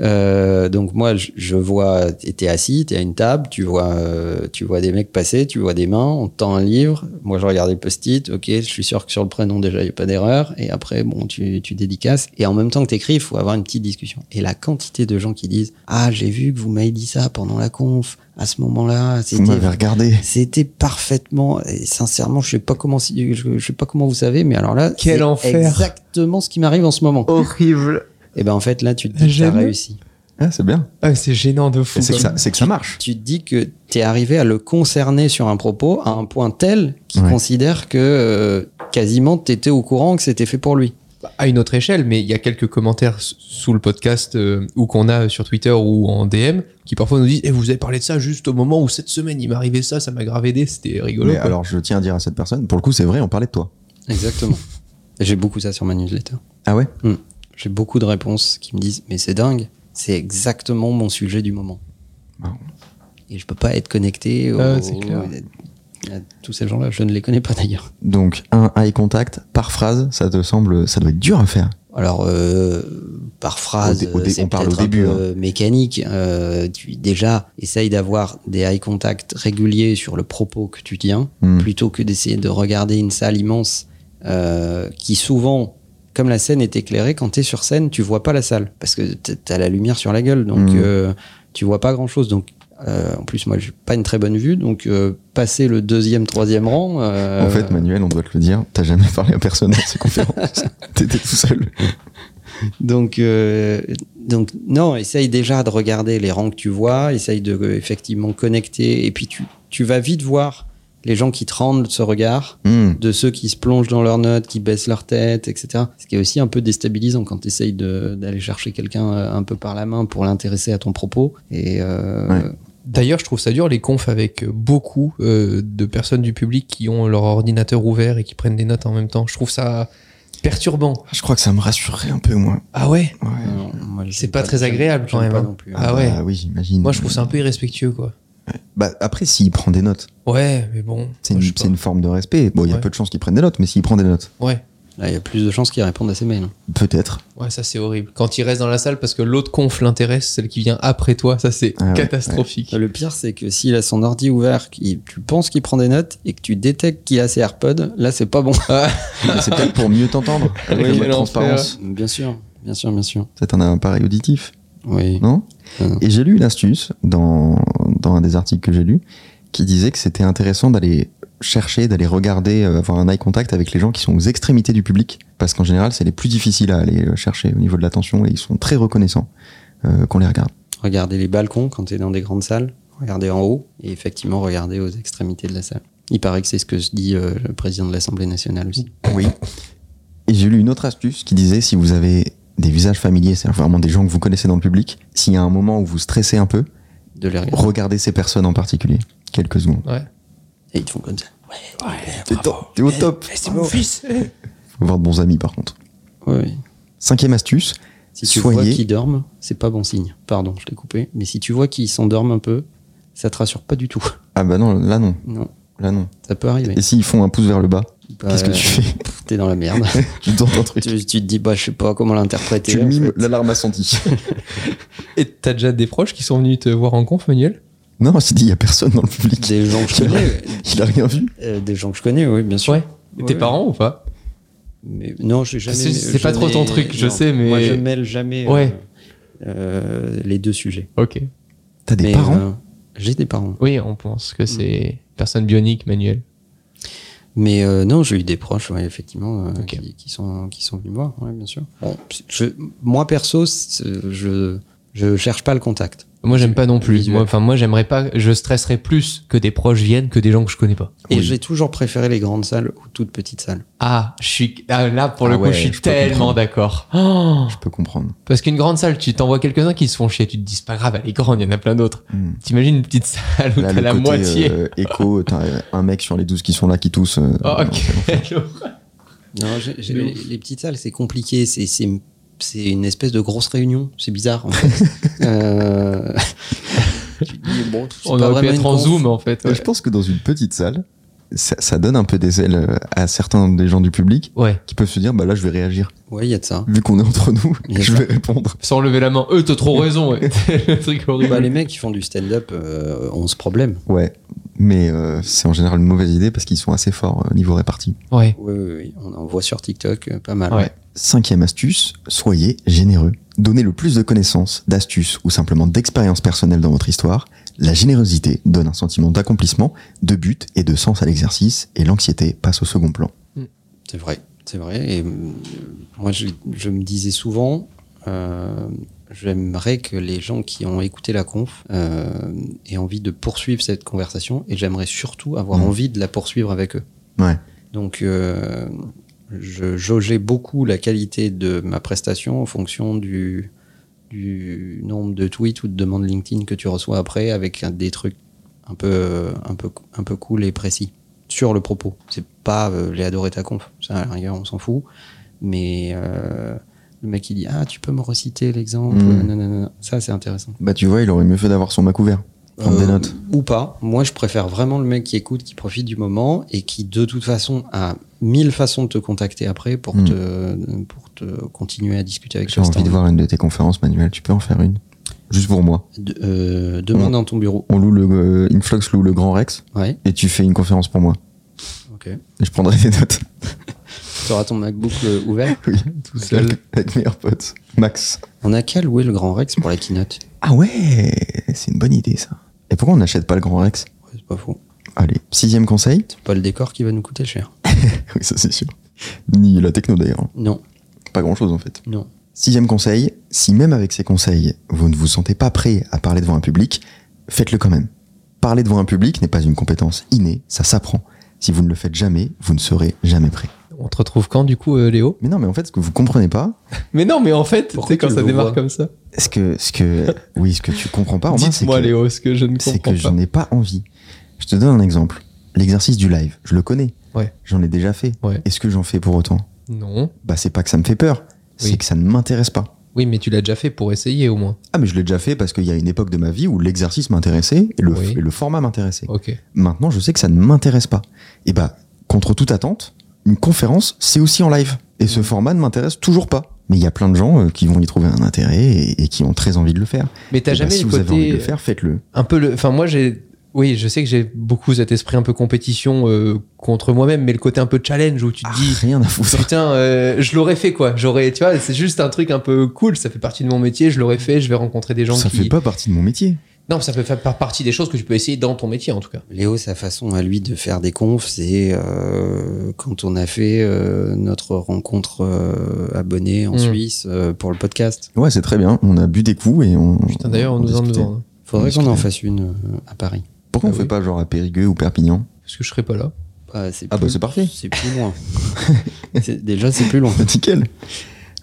Speaker 3: euh, donc moi, je, je vois, t'es assis, t'es à une table, tu vois, euh, tu vois des mecs passer, tu vois des mains, on te tend un livre. Moi, je regarde les post-it. Ok, je suis sûr que sur le prénom déjà, il n'y a pas d'erreur. Et après, bon, tu, tu dédicaces. Et en même temps que t'écris, il faut avoir une petite discussion. Et la quantité de gens qui disent, ah, j'ai vu que vous m'avez dit ça pendant la conf. À ce moment-là,
Speaker 1: Vous
Speaker 3: c'était
Speaker 1: m'avez regardé.
Speaker 3: c'était parfaitement et sincèrement, je sais pas comment si- je, je sais pas comment vous savez, mais alors là,
Speaker 2: Quel
Speaker 3: c'est
Speaker 2: enfer. Oh.
Speaker 3: exactement ce qui m'arrive en ce moment.
Speaker 2: Horrible.
Speaker 3: Et ben en fait là, tu te dis que t'as
Speaker 2: J'aime.
Speaker 3: réussi.
Speaker 1: Ah, c'est bien.
Speaker 2: Ah, c'est gênant de
Speaker 1: Et
Speaker 2: fou.
Speaker 1: C'est que,
Speaker 2: quoi.
Speaker 1: ça- c'est que ça marche.
Speaker 3: Tu te dis que t'es arrivé à le concerner sur un propos à un point tel qu'il
Speaker 1: Ouais.
Speaker 3: considère que euh, quasiment t'étais au courant que c'était fait pour lui.
Speaker 2: à une autre échelle, mais il y a quelques commentaires s- sous le podcast euh, ou qu'on a sur Twitter ou en DM qui parfois nous disent Eh, vous avez parlé de ça juste au moment où cette semaine il m'arrivait ça, ça m'a grave aidé, c'était rigolo.
Speaker 1: Mais
Speaker 2: quoi.
Speaker 1: alors, je tiens à dire à cette personne, pour le coup, c'est vrai, on parlait de toi.
Speaker 3: Exactement. J'ai beaucoup ça sur ma newsletter.
Speaker 1: Ah ouais
Speaker 3: J'ai beaucoup de réponses qui me disent mais c'est dingue, c'est exactement mon sujet du moment.
Speaker 1: Marrant.
Speaker 3: Et je peux pas être connecté au-
Speaker 2: Ah, c'est clair.
Speaker 3: à tous ces gens-là, je ne les connais pas d'ailleurs.
Speaker 1: Donc, un eye contact par phrase, ça te semble, ça doit être dur à faire.
Speaker 3: Alors euh, par phrase, euh,
Speaker 1: Au dé- au dé-
Speaker 3: c'est
Speaker 1: on parle au
Speaker 3: peut-être un
Speaker 1: début, hein.
Speaker 3: peu mécanique. Euh, tu déjà essaye d'avoir des eye contact réguliers sur le propos que tu tiens,
Speaker 1: Hmm.
Speaker 3: plutôt que d'essayer de regarder une salle immense euh, qui souvent, comme la scène est éclairée, quand tu es sur scène, tu vois pas la salle parce que t- t'as la lumière sur la gueule, donc
Speaker 1: Hmm.
Speaker 3: euh, tu vois pas grand chose. Donc euh, en plus, moi, j'ai pas une très bonne vue, donc euh, passer le deuxième, troisième rang. euh,
Speaker 1: En fait, Manuel, on doit te le dire, t'as jamais parlé à personne à ces conférences. T'étais tout seul.
Speaker 3: Donc, euh, donc non, essaye déjà de regarder les rangs que tu vois, essaye de euh, effectivement connecter, et puis tu, tu vas vite voir les gens qui te rendent ce regard,
Speaker 1: Hmm.
Speaker 3: de ceux qui se plongent dans leurs notes, qui baissent leur tête, etc. Ce qui est aussi un peu déstabilisant quand tu essayes d'aller chercher quelqu'un euh, un peu par la main pour l'intéresser à ton propos. Et euh,
Speaker 1: Ouais.
Speaker 2: D'ailleurs, je trouve ça dur les confs avec beaucoup euh, de personnes du public qui ont leur ordinateur ouvert et qui prennent des notes en même temps. Je trouve ça perturbant.
Speaker 1: Je crois que ça me rassurerait un peu, moi.
Speaker 2: Ah ouais
Speaker 1: Ouais.
Speaker 3: euh, moi, je
Speaker 2: C'est
Speaker 3: sais
Speaker 2: pas très
Speaker 3: j'aime-
Speaker 2: agréable, quand même,
Speaker 3: j'aime pas
Speaker 2: hein.
Speaker 3: non plus.
Speaker 2: Ah
Speaker 1: Bah
Speaker 2: ouais.
Speaker 1: oui, j'imagine.
Speaker 2: Moi, je trouve ça un peu irrespectueux, quoi.
Speaker 1: Bah, après, s'il prend des notes,
Speaker 2: Ouais, mais bon.
Speaker 1: c'est
Speaker 2: moi,
Speaker 1: une,
Speaker 2: je sais
Speaker 1: c'est une forme de respect. Bon, il y a
Speaker 2: Ouais.
Speaker 1: peu de chances qu'il prenne des notes, mais s'il prend des notes,
Speaker 2: pas. Ouais.
Speaker 3: Là, il y a plus de chances qu'ils répondent à ces mails. hein.
Speaker 1: peut-être.
Speaker 2: Ouais, ça c'est horrible. Quand il reste dans la salle parce que l'autre conf l'intéresse, celle qui vient après toi, ça c'est
Speaker 1: Ah ouais,
Speaker 2: catastrophique.
Speaker 3: Bah, Le pire, c'est que s'il a son ordi ouvert, qu'il- tu penses qu'il prend des notes et que tu détectes qu'il a ses AirPods, là, c'est pas bon.
Speaker 1: Mais c'est peut-être pour mieux t'entendre, avec
Speaker 2: Ouais,
Speaker 1: le mode
Speaker 2: quel
Speaker 1: transparence.
Speaker 3: bien sûr, bien sûr, bien sûr.
Speaker 1: Peut-être un appareil auditif,
Speaker 3: Oui.
Speaker 1: non
Speaker 3: Ah non.
Speaker 1: Et j'ai lu une astuce dans, dans un des articles que j'ai lu qui disait que c'était intéressant d'aller chercher, d'aller regarder, euh, avoir un eye contact avec les gens qui sont aux extrémités du public, parce qu'en général, c'est les plus difficiles à aller euh, chercher au niveau de l'attention et ils sont très reconnaissants euh, qu'on les regarde.
Speaker 3: Regardez les balcons quand tu es dans des grandes salles. Regardez en haut et effectivement, regardez aux extrémités de la salle. Il paraît que c'est ce que se dit euh, le président de l'Assemblée nationale aussi.
Speaker 1: Oui. Et j'ai lu une autre astuce qui disait si vous avez des visages familiers, c'est-à-dire vraiment des gens que vous connaissez dans le public, s'il y a un moment où vous stressez un peu,
Speaker 3: De les regarder.
Speaker 1: regardez ces personnes en particulier, quelques secondes.
Speaker 2: Ouais.
Speaker 3: Et ils te font comme ça.
Speaker 1: T'es top, t'es au top.
Speaker 2: c'est mon fils.
Speaker 1: Faut voir de bons amis par contre.
Speaker 3: Ouais, ouais.
Speaker 1: Cinquième astuce,
Speaker 3: Si tu vois
Speaker 1: Soyez-
Speaker 3: qu'ils dorment, c'est pas bon signe. Pardon, je t'ai coupé. Mais si tu vois qu'ils s'endorment un peu, ça te rassure pas du tout.
Speaker 1: ah bah non, là non,
Speaker 3: Non,
Speaker 1: là non.
Speaker 3: ça peut arriver.
Speaker 1: Et s'ils font un pouce vers le bas,
Speaker 3: Bah,
Speaker 1: qu'est-ce que tu fais
Speaker 3: pff, T'es dans la merde.
Speaker 1: Tu tentes un truc.
Speaker 3: tu, tu te dis, bah, je sais pas comment l'interpréter. Euh,
Speaker 1: Tu
Speaker 3: en
Speaker 1: mimes
Speaker 3: fait.
Speaker 1: l'alarme assentie.
Speaker 2: Et t'as déjà des proches qui sont venus te voir en conf, Manuel
Speaker 1: non, je t'ai dit, il y a personne dans le public.
Speaker 3: Des gens que je
Speaker 1: Il a,
Speaker 3: connais.
Speaker 1: il a rien vu.
Speaker 3: euh, des gens que je connais, oui, bien sûr.
Speaker 2: Ouais.
Speaker 3: Ouais,
Speaker 2: Tes
Speaker 3: ouais.
Speaker 2: parents ou pas
Speaker 3: Mais non, je jamais.
Speaker 2: C'est- c'est
Speaker 3: je
Speaker 2: pas trop ton
Speaker 3: n'ai-
Speaker 2: truc, je
Speaker 3: non.
Speaker 2: sais, mais-
Speaker 3: Moi, je mêle jamais euh,
Speaker 2: Ouais.
Speaker 3: euh, les deux sujets.
Speaker 2: Ok.
Speaker 1: T'as des
Speaker 3: Mais,
Speaker 1: parents
Speaker 3: euh, J'ai des parents.
Speaker 2: Oui, on pense que c'est
Speaker 1: Mm.
Speaker 2: personne bionique, Manuel.
Speaker 3: Mais euh, non, j'ai eu des proches, ouais, effectivement, euh,
Speaker 2: Ok.
Speaker 3: qui, qui sont, qui sont venus me voir, ouais, bien sûr. Bon, je, moi, perso, c'est- je, je cherche pas le contact.
Speaker 2: Moi, j'aime pas non plus.
Speaker 3: Visuel.
Speaker 2: Moi, Enfin, moi, j'aimerais pas. Je stresserais plus que des proches viennent que des gens que je connais pas.
Speaker 3: Et
Speaker 1: Oui.
Speaker 3: j'ai toujours préféré les grandes salles aux toutes petites salles.
Speaker 2: Ah, je suis ah, là pour le
Speaker 1: Ah
Speaker 2: coup,
Speaker 1: ouais,
Speaker 2: je suis
Speaker 1: je peux
Speaker 2: tellement
Speaker 1: comprendre.
Speaker 2: d'accord.
Speaker 3: euh,
Speaker 2: Oh
Speaker 1: Je peux comprendre.
Speaker 2: Parce qu'une grande salle, tu t'envoies quelques-uns qui se font chier. Tu te dis, c'est pas grave, elle est grande, il y en a plein d'autres.
Speaker 1: Hmm.
Speaker 2: T'imagines une petite salle où
Speaker 1: Là,
Speaker 2: t'as
Speaker 1: le
Speaker 2: la
Speaker 1: côté,
Speaker 2: moitié.
Speaker 1: euh, écho, t'as un mec sur les 12 qui sont là qui toussent. euh,
Speaker 2: Oh,
Speaker 3: Ah,
Speaker 1: euh,
Speaker 2: ok.
Speaker 3: Non, j'ai- j'ai-
Speaker 2: De
Speaker 3: les,
Speaker 2: ouf.
Speaker 3: les petites salles, c'est compliqué. C'est, c'est, c'est une espèce de grosse réunion. C'est bizarre, en fait. Euh, tu te dis, bon, c'est
Speaker 2: On
Speaker 3: pas
Speaker 2: aurait pu
Speaker 3: vraiment
Speaker 2: être
Speaker 3: une
Speaker 2: en
Speaker 3: conf.
Speaker 2: zoom en fait.
Speaker 1: Je pense que dans une petite salle, ça, ça donne un peu des ailes euh, à certains des gens du public
Speaker 2: Ouais.
Speaker 1: qui peuvent se dire bah là je vais réagir
Speaker 3: Ouais, il y a de ça.
Speaker 1: vu qu'on est entre nous
Speaker 3: Il y a
Speaker 1: je
Speaker 3: ça.
Speaker 1: vais répondre
Speaker 2: Sans lever la main. Eux, t'as trop raison. ouais. C'est le truc horrible.
Speaker 3: Bah, les mecs qui font du stand-up euh, ont ce problème.
Speaker 1: ouais mais euh, c'est en général une mauvaise idée parce qu'ils sont assez forts au niveau réparti
Speaker 2: Ouais.
Speaker 3: Oui, oui, oui. On en voit sur TikTok euh, pas mal.
Speaker 2: Ouais.
Speaker 1: cinquième astuce soyez généreux donnez le plus de connaissances d'astuces ou simplement d'expérience personnelle dans votre histoire la générosité donne un sentiment d'accomplissement de but et de sens à l'exercice et l'anxiété passe au second plan
Speaker 3: C'est vrai, c'est vrai. Et euh, moi, je, je me disais souvent, euh, j'aimerais que les gens qui ont écouté la conf euh, aient envie de poursuivre cette conversation et j'aimerais surtout avoir
Speaker 1: Mhm.
Speaker 3: envie de la poursuivre avec eux.
Speaker 1: ouais
Speaker 3: Donc, euh, je jaugeais beaucoup la qualité de ma prestation en fonction du, du nombre de tweets ou de demandes LinkedIn que tu reçois après avec un- des trucs un peu, euh, un peu, un peu cool et précis sur le propos. C'est pas euh, les adorer ta conf, ça à la rigueur, on s'en fout. Mais euh, le mec il dit Ah, tu peux me reciter l'exemple
Speaker 1: Mm.
Speaker 3: Non, non, non, non. Ça, c'est intéressant.
Speaker 1: bah tu vois il aurait mieux fait d'avoir son Mac ouvert prendre des
Speaker 3: Euh,
Speaker 1: notes
Speaker 3: Ou pas. Moi, je préfère vraiment le mec qui écoute, qui profite du moment et qui, de toute façon, a mille façons de te contacter après pour,
Speaker 1: Mm.
Speaker 3: te, pour te continuer à discuter avec
Speaker 1: J'ai
Speaker 3: toi.
Speaker 1: envie de voir une de tes conférences, Manuel. Tu peux en faire une Juste pour moi.
Speaker 3: De- euh, demande dans ton bureau.
Speaker 1: On loue le euh, Influx loue le Grand Rex
Speaker 3: Ouais,
Speaker 1: et tu fais une conférence pour moi.
Speaker 3: ok.
Speaker 1: Et je prendrai des notes.
Speaker 3: Tu auras ton MacBook euh, ouvert.
Speaker 1: Oui,
Speaker 2: Tout seul.
Speaker 1: avec, avec mes AirPods. Max.
Speaker 3: On a qu'à louer le Grand Rex pour la keynote.
Speaker 1: Ah ouais, c'est une bonne idée ça. Et pourquoi on n'achète pas le Grand Rex
Speaker 3: Ouais, c'est pas faux.
Speaker 1: Allez, sixième conseil.
Speaker 3: C'est pas le décor qui va nous coûter cher.
Speaker 1: Oui, ça c'est sûr. Ni la techno d'ailleurs. hein.
Speaker 3: Non,
Speaker 1: Pas grand chose en fait.
Speaker 3: non.
Speaker 1: Sixième conseil, si même avec ces conseils, vous ne vous sentez pas prêt à parler devant un public, faites-le quand même. Parler devant un public n'est pas une compétence innée, ça s'apprend. Si vous ne le faites jamais, vous ne serez jamais prêt.
Speaker 2: On te retrouve quand, du coup, euh, Léo
Speaker 1: Mais non, mais en fait, ce que vous comprenez pas,
Speaker 2: Mais non, mais en fait, tu
Speaker 3: Pourquoi
Speaker 2: sais, quand
Speaker 3: tu
Speaker 2: ça
Speaker 3: le
Speaker 2: démarre
Speaker 3: vois
Speaker 2: comme ça.
Speaker 1: ce que, ce que, oui, ce que tu comprends pas, Romain, c'est
Speaker 2: Dites-moi,
Speaker 1: que,
Speaker 2: Léo, ce que je ne
Speaker 1: c'est
Speaker 2: comprends pas.
Speaker 1: que j'en ai pas envie. Je te donne un exemple. L'exercice du live, je le connais.
Speaker 2: Ouais.
Speaker 1: J'en ai déjà fait.
Speaker 2: Ouais.
Speaker 1: Est-ce que j'en fais pour autant
Speaker 2: Non.
Speaker 1: Bah, c'est pas que ça me fait peur, c'est
Speaker 2: Oui.
Speaker 1: que ça ne m'intéresse pas.
Speaker 2: Oui, mais tu l'as déjà fait pour essayer, au moins.
Speaker 1: Ah mais je l'ai déjà fait parce qu'il y a une époque de ma vie où l'exercice m'intéressait et le,
Speaker 2: Oui.
Speaker 1: et le format m'intéressait.
Speaker 2: Ok.
Speaker 1: Maintenant je sais que ça ne m'intéresse pas. Et bah contre toute attente, une conférence c'est aussi en live et ce format ne m'intéresse toujours pas. Mais il y a plein de gens euh, qui vont y trouver un intérêt et, et qui ont très envie de le faire.
Speaker 2: Mais t'as
Speaker 1: Et bah,
Speaker 2: jamais
Speaker 1: si
Speaker 2: le
Speaker 1: vous avez envie de
Speaker 2: côté. euh,
Speaker 1: le faire, faites-le.
Speaker 2: un peu le. Enfin, moi, j'ai. Oui, je sais que j'ai beaucoup cet esprit un peu compétition euh, contre moi-même, mais le côté un peu challenge où tu te
Speaker 1: Ah,
Speaker 2: dis.
Speaker 1: rien à foutre.
Speaker 2: Putain, euh, je l'aurais fait quoi. J'aurais, tu vois, c'est juste un truc un peu cool. Ça fait partie de mon métier. Je l'aurais fait. Je vais rencontrer des gens
Speaker 1: Ça
Speaker 2: qui.
Speaker 1: fait pas partie de mon métier.
Speaker 2: Non, ça peut faire partie des choses que tu peux essayer dans ton métier en tout cas.
Speaker 3: Léo, sa façon à lui de faire des confs, c'est euh, quand on a fait euh, notre rencontre euh, abonnée
Speaker 1: Hmm.
Speaker 3: en
Speaker 2: Mm.
Speaker 3: Suisse euh, pour le podcast.
Speaker 1: Ouais c'est très bien. On a bu des coups et on.
Speaker 2: Putain, d'ailleurs, on, nous en hein, nous
Speaker 1: discutait.
Speaker 2: en.
Speaker 3: Faudrait
Speaker 1: On
Speaker 3: qu'on en
Speaker 1: discutait.
Speaker 3: fasse une euh, à Paris.
Speaker 1: Pourquoi on
Speaker 2: Ah
Speaker 1: fait
Speaker 2: oui.
Speaker 1: pas genre à Périgueux ou Perpignan
Speaker 2: Parce que je serais pas là.
Speaker 3: Ah, c'est
Speaker 1: Ah bah,
Speaker 3: plus-
Speaker 1: c'est parfait.
Speaker 3: C'est plus loin. C'est- déjà, c'est plus loin.
Speaker 1: Nickel.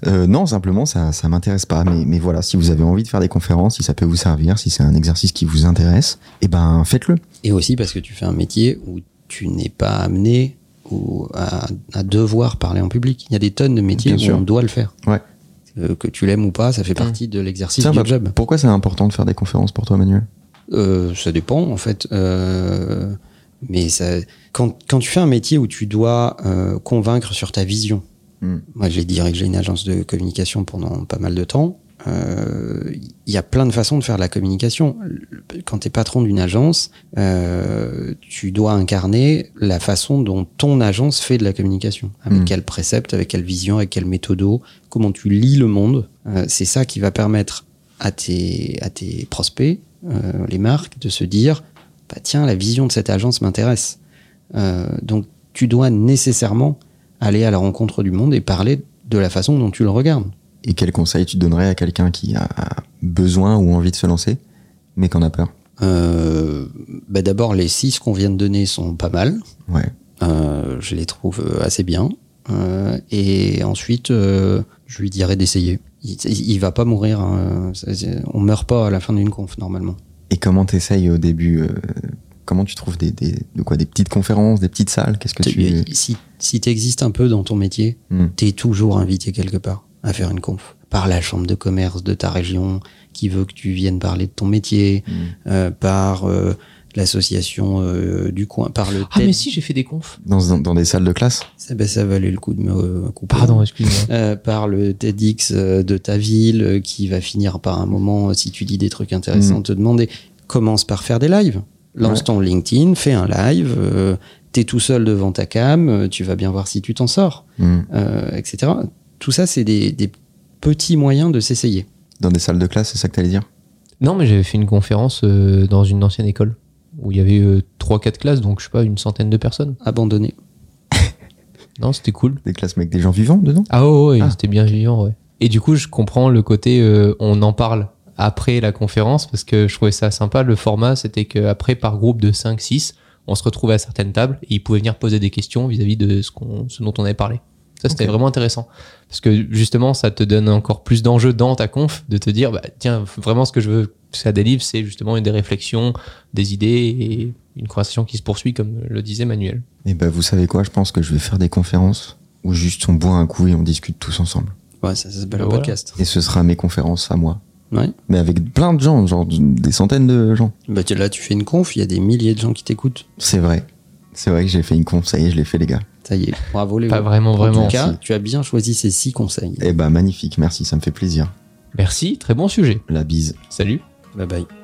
Speaker 1: Euh, non, simplement, ça ça m'intéresse pas. Mais, mais voilà, si vous avez envie de faire des conférences, si ça peut vous servir, si c'est un exercice qui vous intéresse, eh ben faites-le.
Speaker 3: Et aussi parce que tu fais un métier où tu n'es pas amené ou à, à devoir parler en public. Il y a des tonnes de métiers
Speaker 1: Bien
Speaker 3: où
Speaker 1: sûr.
Speaker 3: on doit le faire.
Speaker 1: Ouais.
Speaker 3: Euh, que tu l'aimes ou pas, ça fait partie de l'exercice
Speaker 1: Tiens,
Speaker 3: du
Speaker 1: bah,
Speaker 3: job.
Speaker 1: pourquoi c'est important de faire des conférences pour toi, Manuel
Speaker 3: Euh, ça dépend en fait. Euh, mais ça, quand, quand tu fais un métier où tu dois euh, convaincre sur ta vision,
Speaker 1: Hmm.
Speaker 3: moi j'ai dirigé une agence de communication pendant pas mal de temps. euh, Il y a plein de façons de faire de la communication. Le- Quand tu es patron d'une agence, euh, tu dois incarner la façon dont ton agence fait de la communication. Avec
Speaker 1: Hmm.
Speaker 3: quel précepte, avec quelle vision, avec quel méthodo, comment tu lis le monde. Euh, C'est ça qui va permettre à tes, à tes prospects, euh, les marques, de se dire bah, tiens, la vision de cette agence m'intéresse. Euh, donc, tu dois nécessairement aller à la rencontre du monde et parler de la façon dont tu le regardes.
Speaker 1: Et quel conseil tu donnerais à quelqu'un qui a a besoin ou envie de se lancer, mais qu'en a peur
Speaker 3: Euh, bah, D'abord, les six qu'on vient de donner sont pas mal.
Speaker 1: Ouais.
Speaker 3: Euh, je les trouve euh, assez bien. Euh, et ensuite, euh, je lui dirais d'essayer. Il, il va pas mourir. hein. C'est- c'est- On meurt pas à la fin d'une conf normalement.
Speaker 1: Et comment t'essayes au début euh, Comment tu trouves des, des, de quoi, des petites conférences, des petites salles Qu'est-ce que tu.
Speaker 3: Si, si tu existes un peu dans ton métier,
Speaker 1: Hmm.
Speaker 3: t'es toujours invité quelque part à faire une conf. Par la chambre de commerce de ta région qui veut que tu viennes parler de ton métier,
Speaker 1: Mm.
Speaker 3: euh, par euh, l'association euh, du coin, par le
Speaker 2: Ah,
Speaker 3: TED.
Speaker 2: mais si, j'ai fait des confs.
Speaker 1: Dans, dans, dans des salles de classe
Speaker 3: Ça, ben, ça valait le coup de me euh, couper.
Speaker 2: Pardon, excuse-moi.
Speaker 3: Euh, par le TEDx euh, de ta ville euh, qui va finir par un moment, euh, si tu dis des trucs intéressants, te demander. Commence par faire des lives. Lance
Speaker 1: Hmm. Ouais.
Speaker 3: ton LinkedIn, fais un live. euh, T'es tout seul devant ta cam, euh, tu vas bien voir si tu t'en sors,
Speaker 1: Hmm.
Speaker 3: euh, etc. Tout ça, c'est des, des petits moyens de s'essayer.
Speaker 1: Dans des salles de classe, c'est ça que t'allais dire
Speaker 2: Non, mais j'avais fait une conférence euh, dans une ancienne école où il y avait euh, trois, 4 classes, donc je sais pas, une centaine de personnes.
Speaker 3: Abandonner.
Speaker 2: Non, c'était cool.
Speaker 1: Des classes, mais avec des gens vivants dedans
Speaker 2: Ah ouais, ouais,
Speaker 1: Ah.
Speaker 2: c'était bien vivant, ouais. Et du coup, je comprends le côté euh, on en parle après la conférence parce que je trouvais ça sympa. Le format, c'était qu'après, par groupe de 5-6, on se retrouvait à certaines tables et ils pouvaient venir poser des questions vis-à-vis de ce, qu'on, ce dont on avait parlé. Ça, c'était
Speaker 1: Ok.
Speaker 2: vraiment intéressant. Parce que justement, ça te donne encore plus d'enjeux dans ta conf de te dire, bah, tiens, vraiment, ce que je veux que ça délivre, c'est justement des réflexions, des idées et une conversation qui se poursuit, comme le disait Manuel.
Speaker 1: Eh ben, vous savez quoi Je pense que je vais faire des conférences où juste on boit un coup et on discute tous ensemble.
Speaker 3: Ouais, ça, ça s'appelle
Speaker 2: Bah
Speaker 3: un
Speaker 2: voilà.
Speaker 3: podcast.
Speaker 1: Et ce sera mes conférences à moi.
Speaker 3: Ouais.
Speaker 1: Mais avec plein de gens, genre des centaines de gens.
Speaker 3: Bah, t'es là, tu fais une conf, il y a des milliers de gens qui t'écoutent.
Speaker 1: C'est vrai. C'est vrai que j'ai fait une conf, ça y est, je l'ai fait, les gars.
Speaker 3: Ça y est, bravo Léo.
Speaker 2: Pas vraiment,
Speaker 3: En
Speaker 2: vraiment.
Speaker 3: tout cas, tu as bien choisi ces six conseils.
Speaker 1: Eh ben, magnifique, merci, ça me fait plaisir.
Speaker 2: Merci, très bon sujet.
Speaker 1: La bise.
Speaker 2: Salut.
Speaker 3: Bye bye.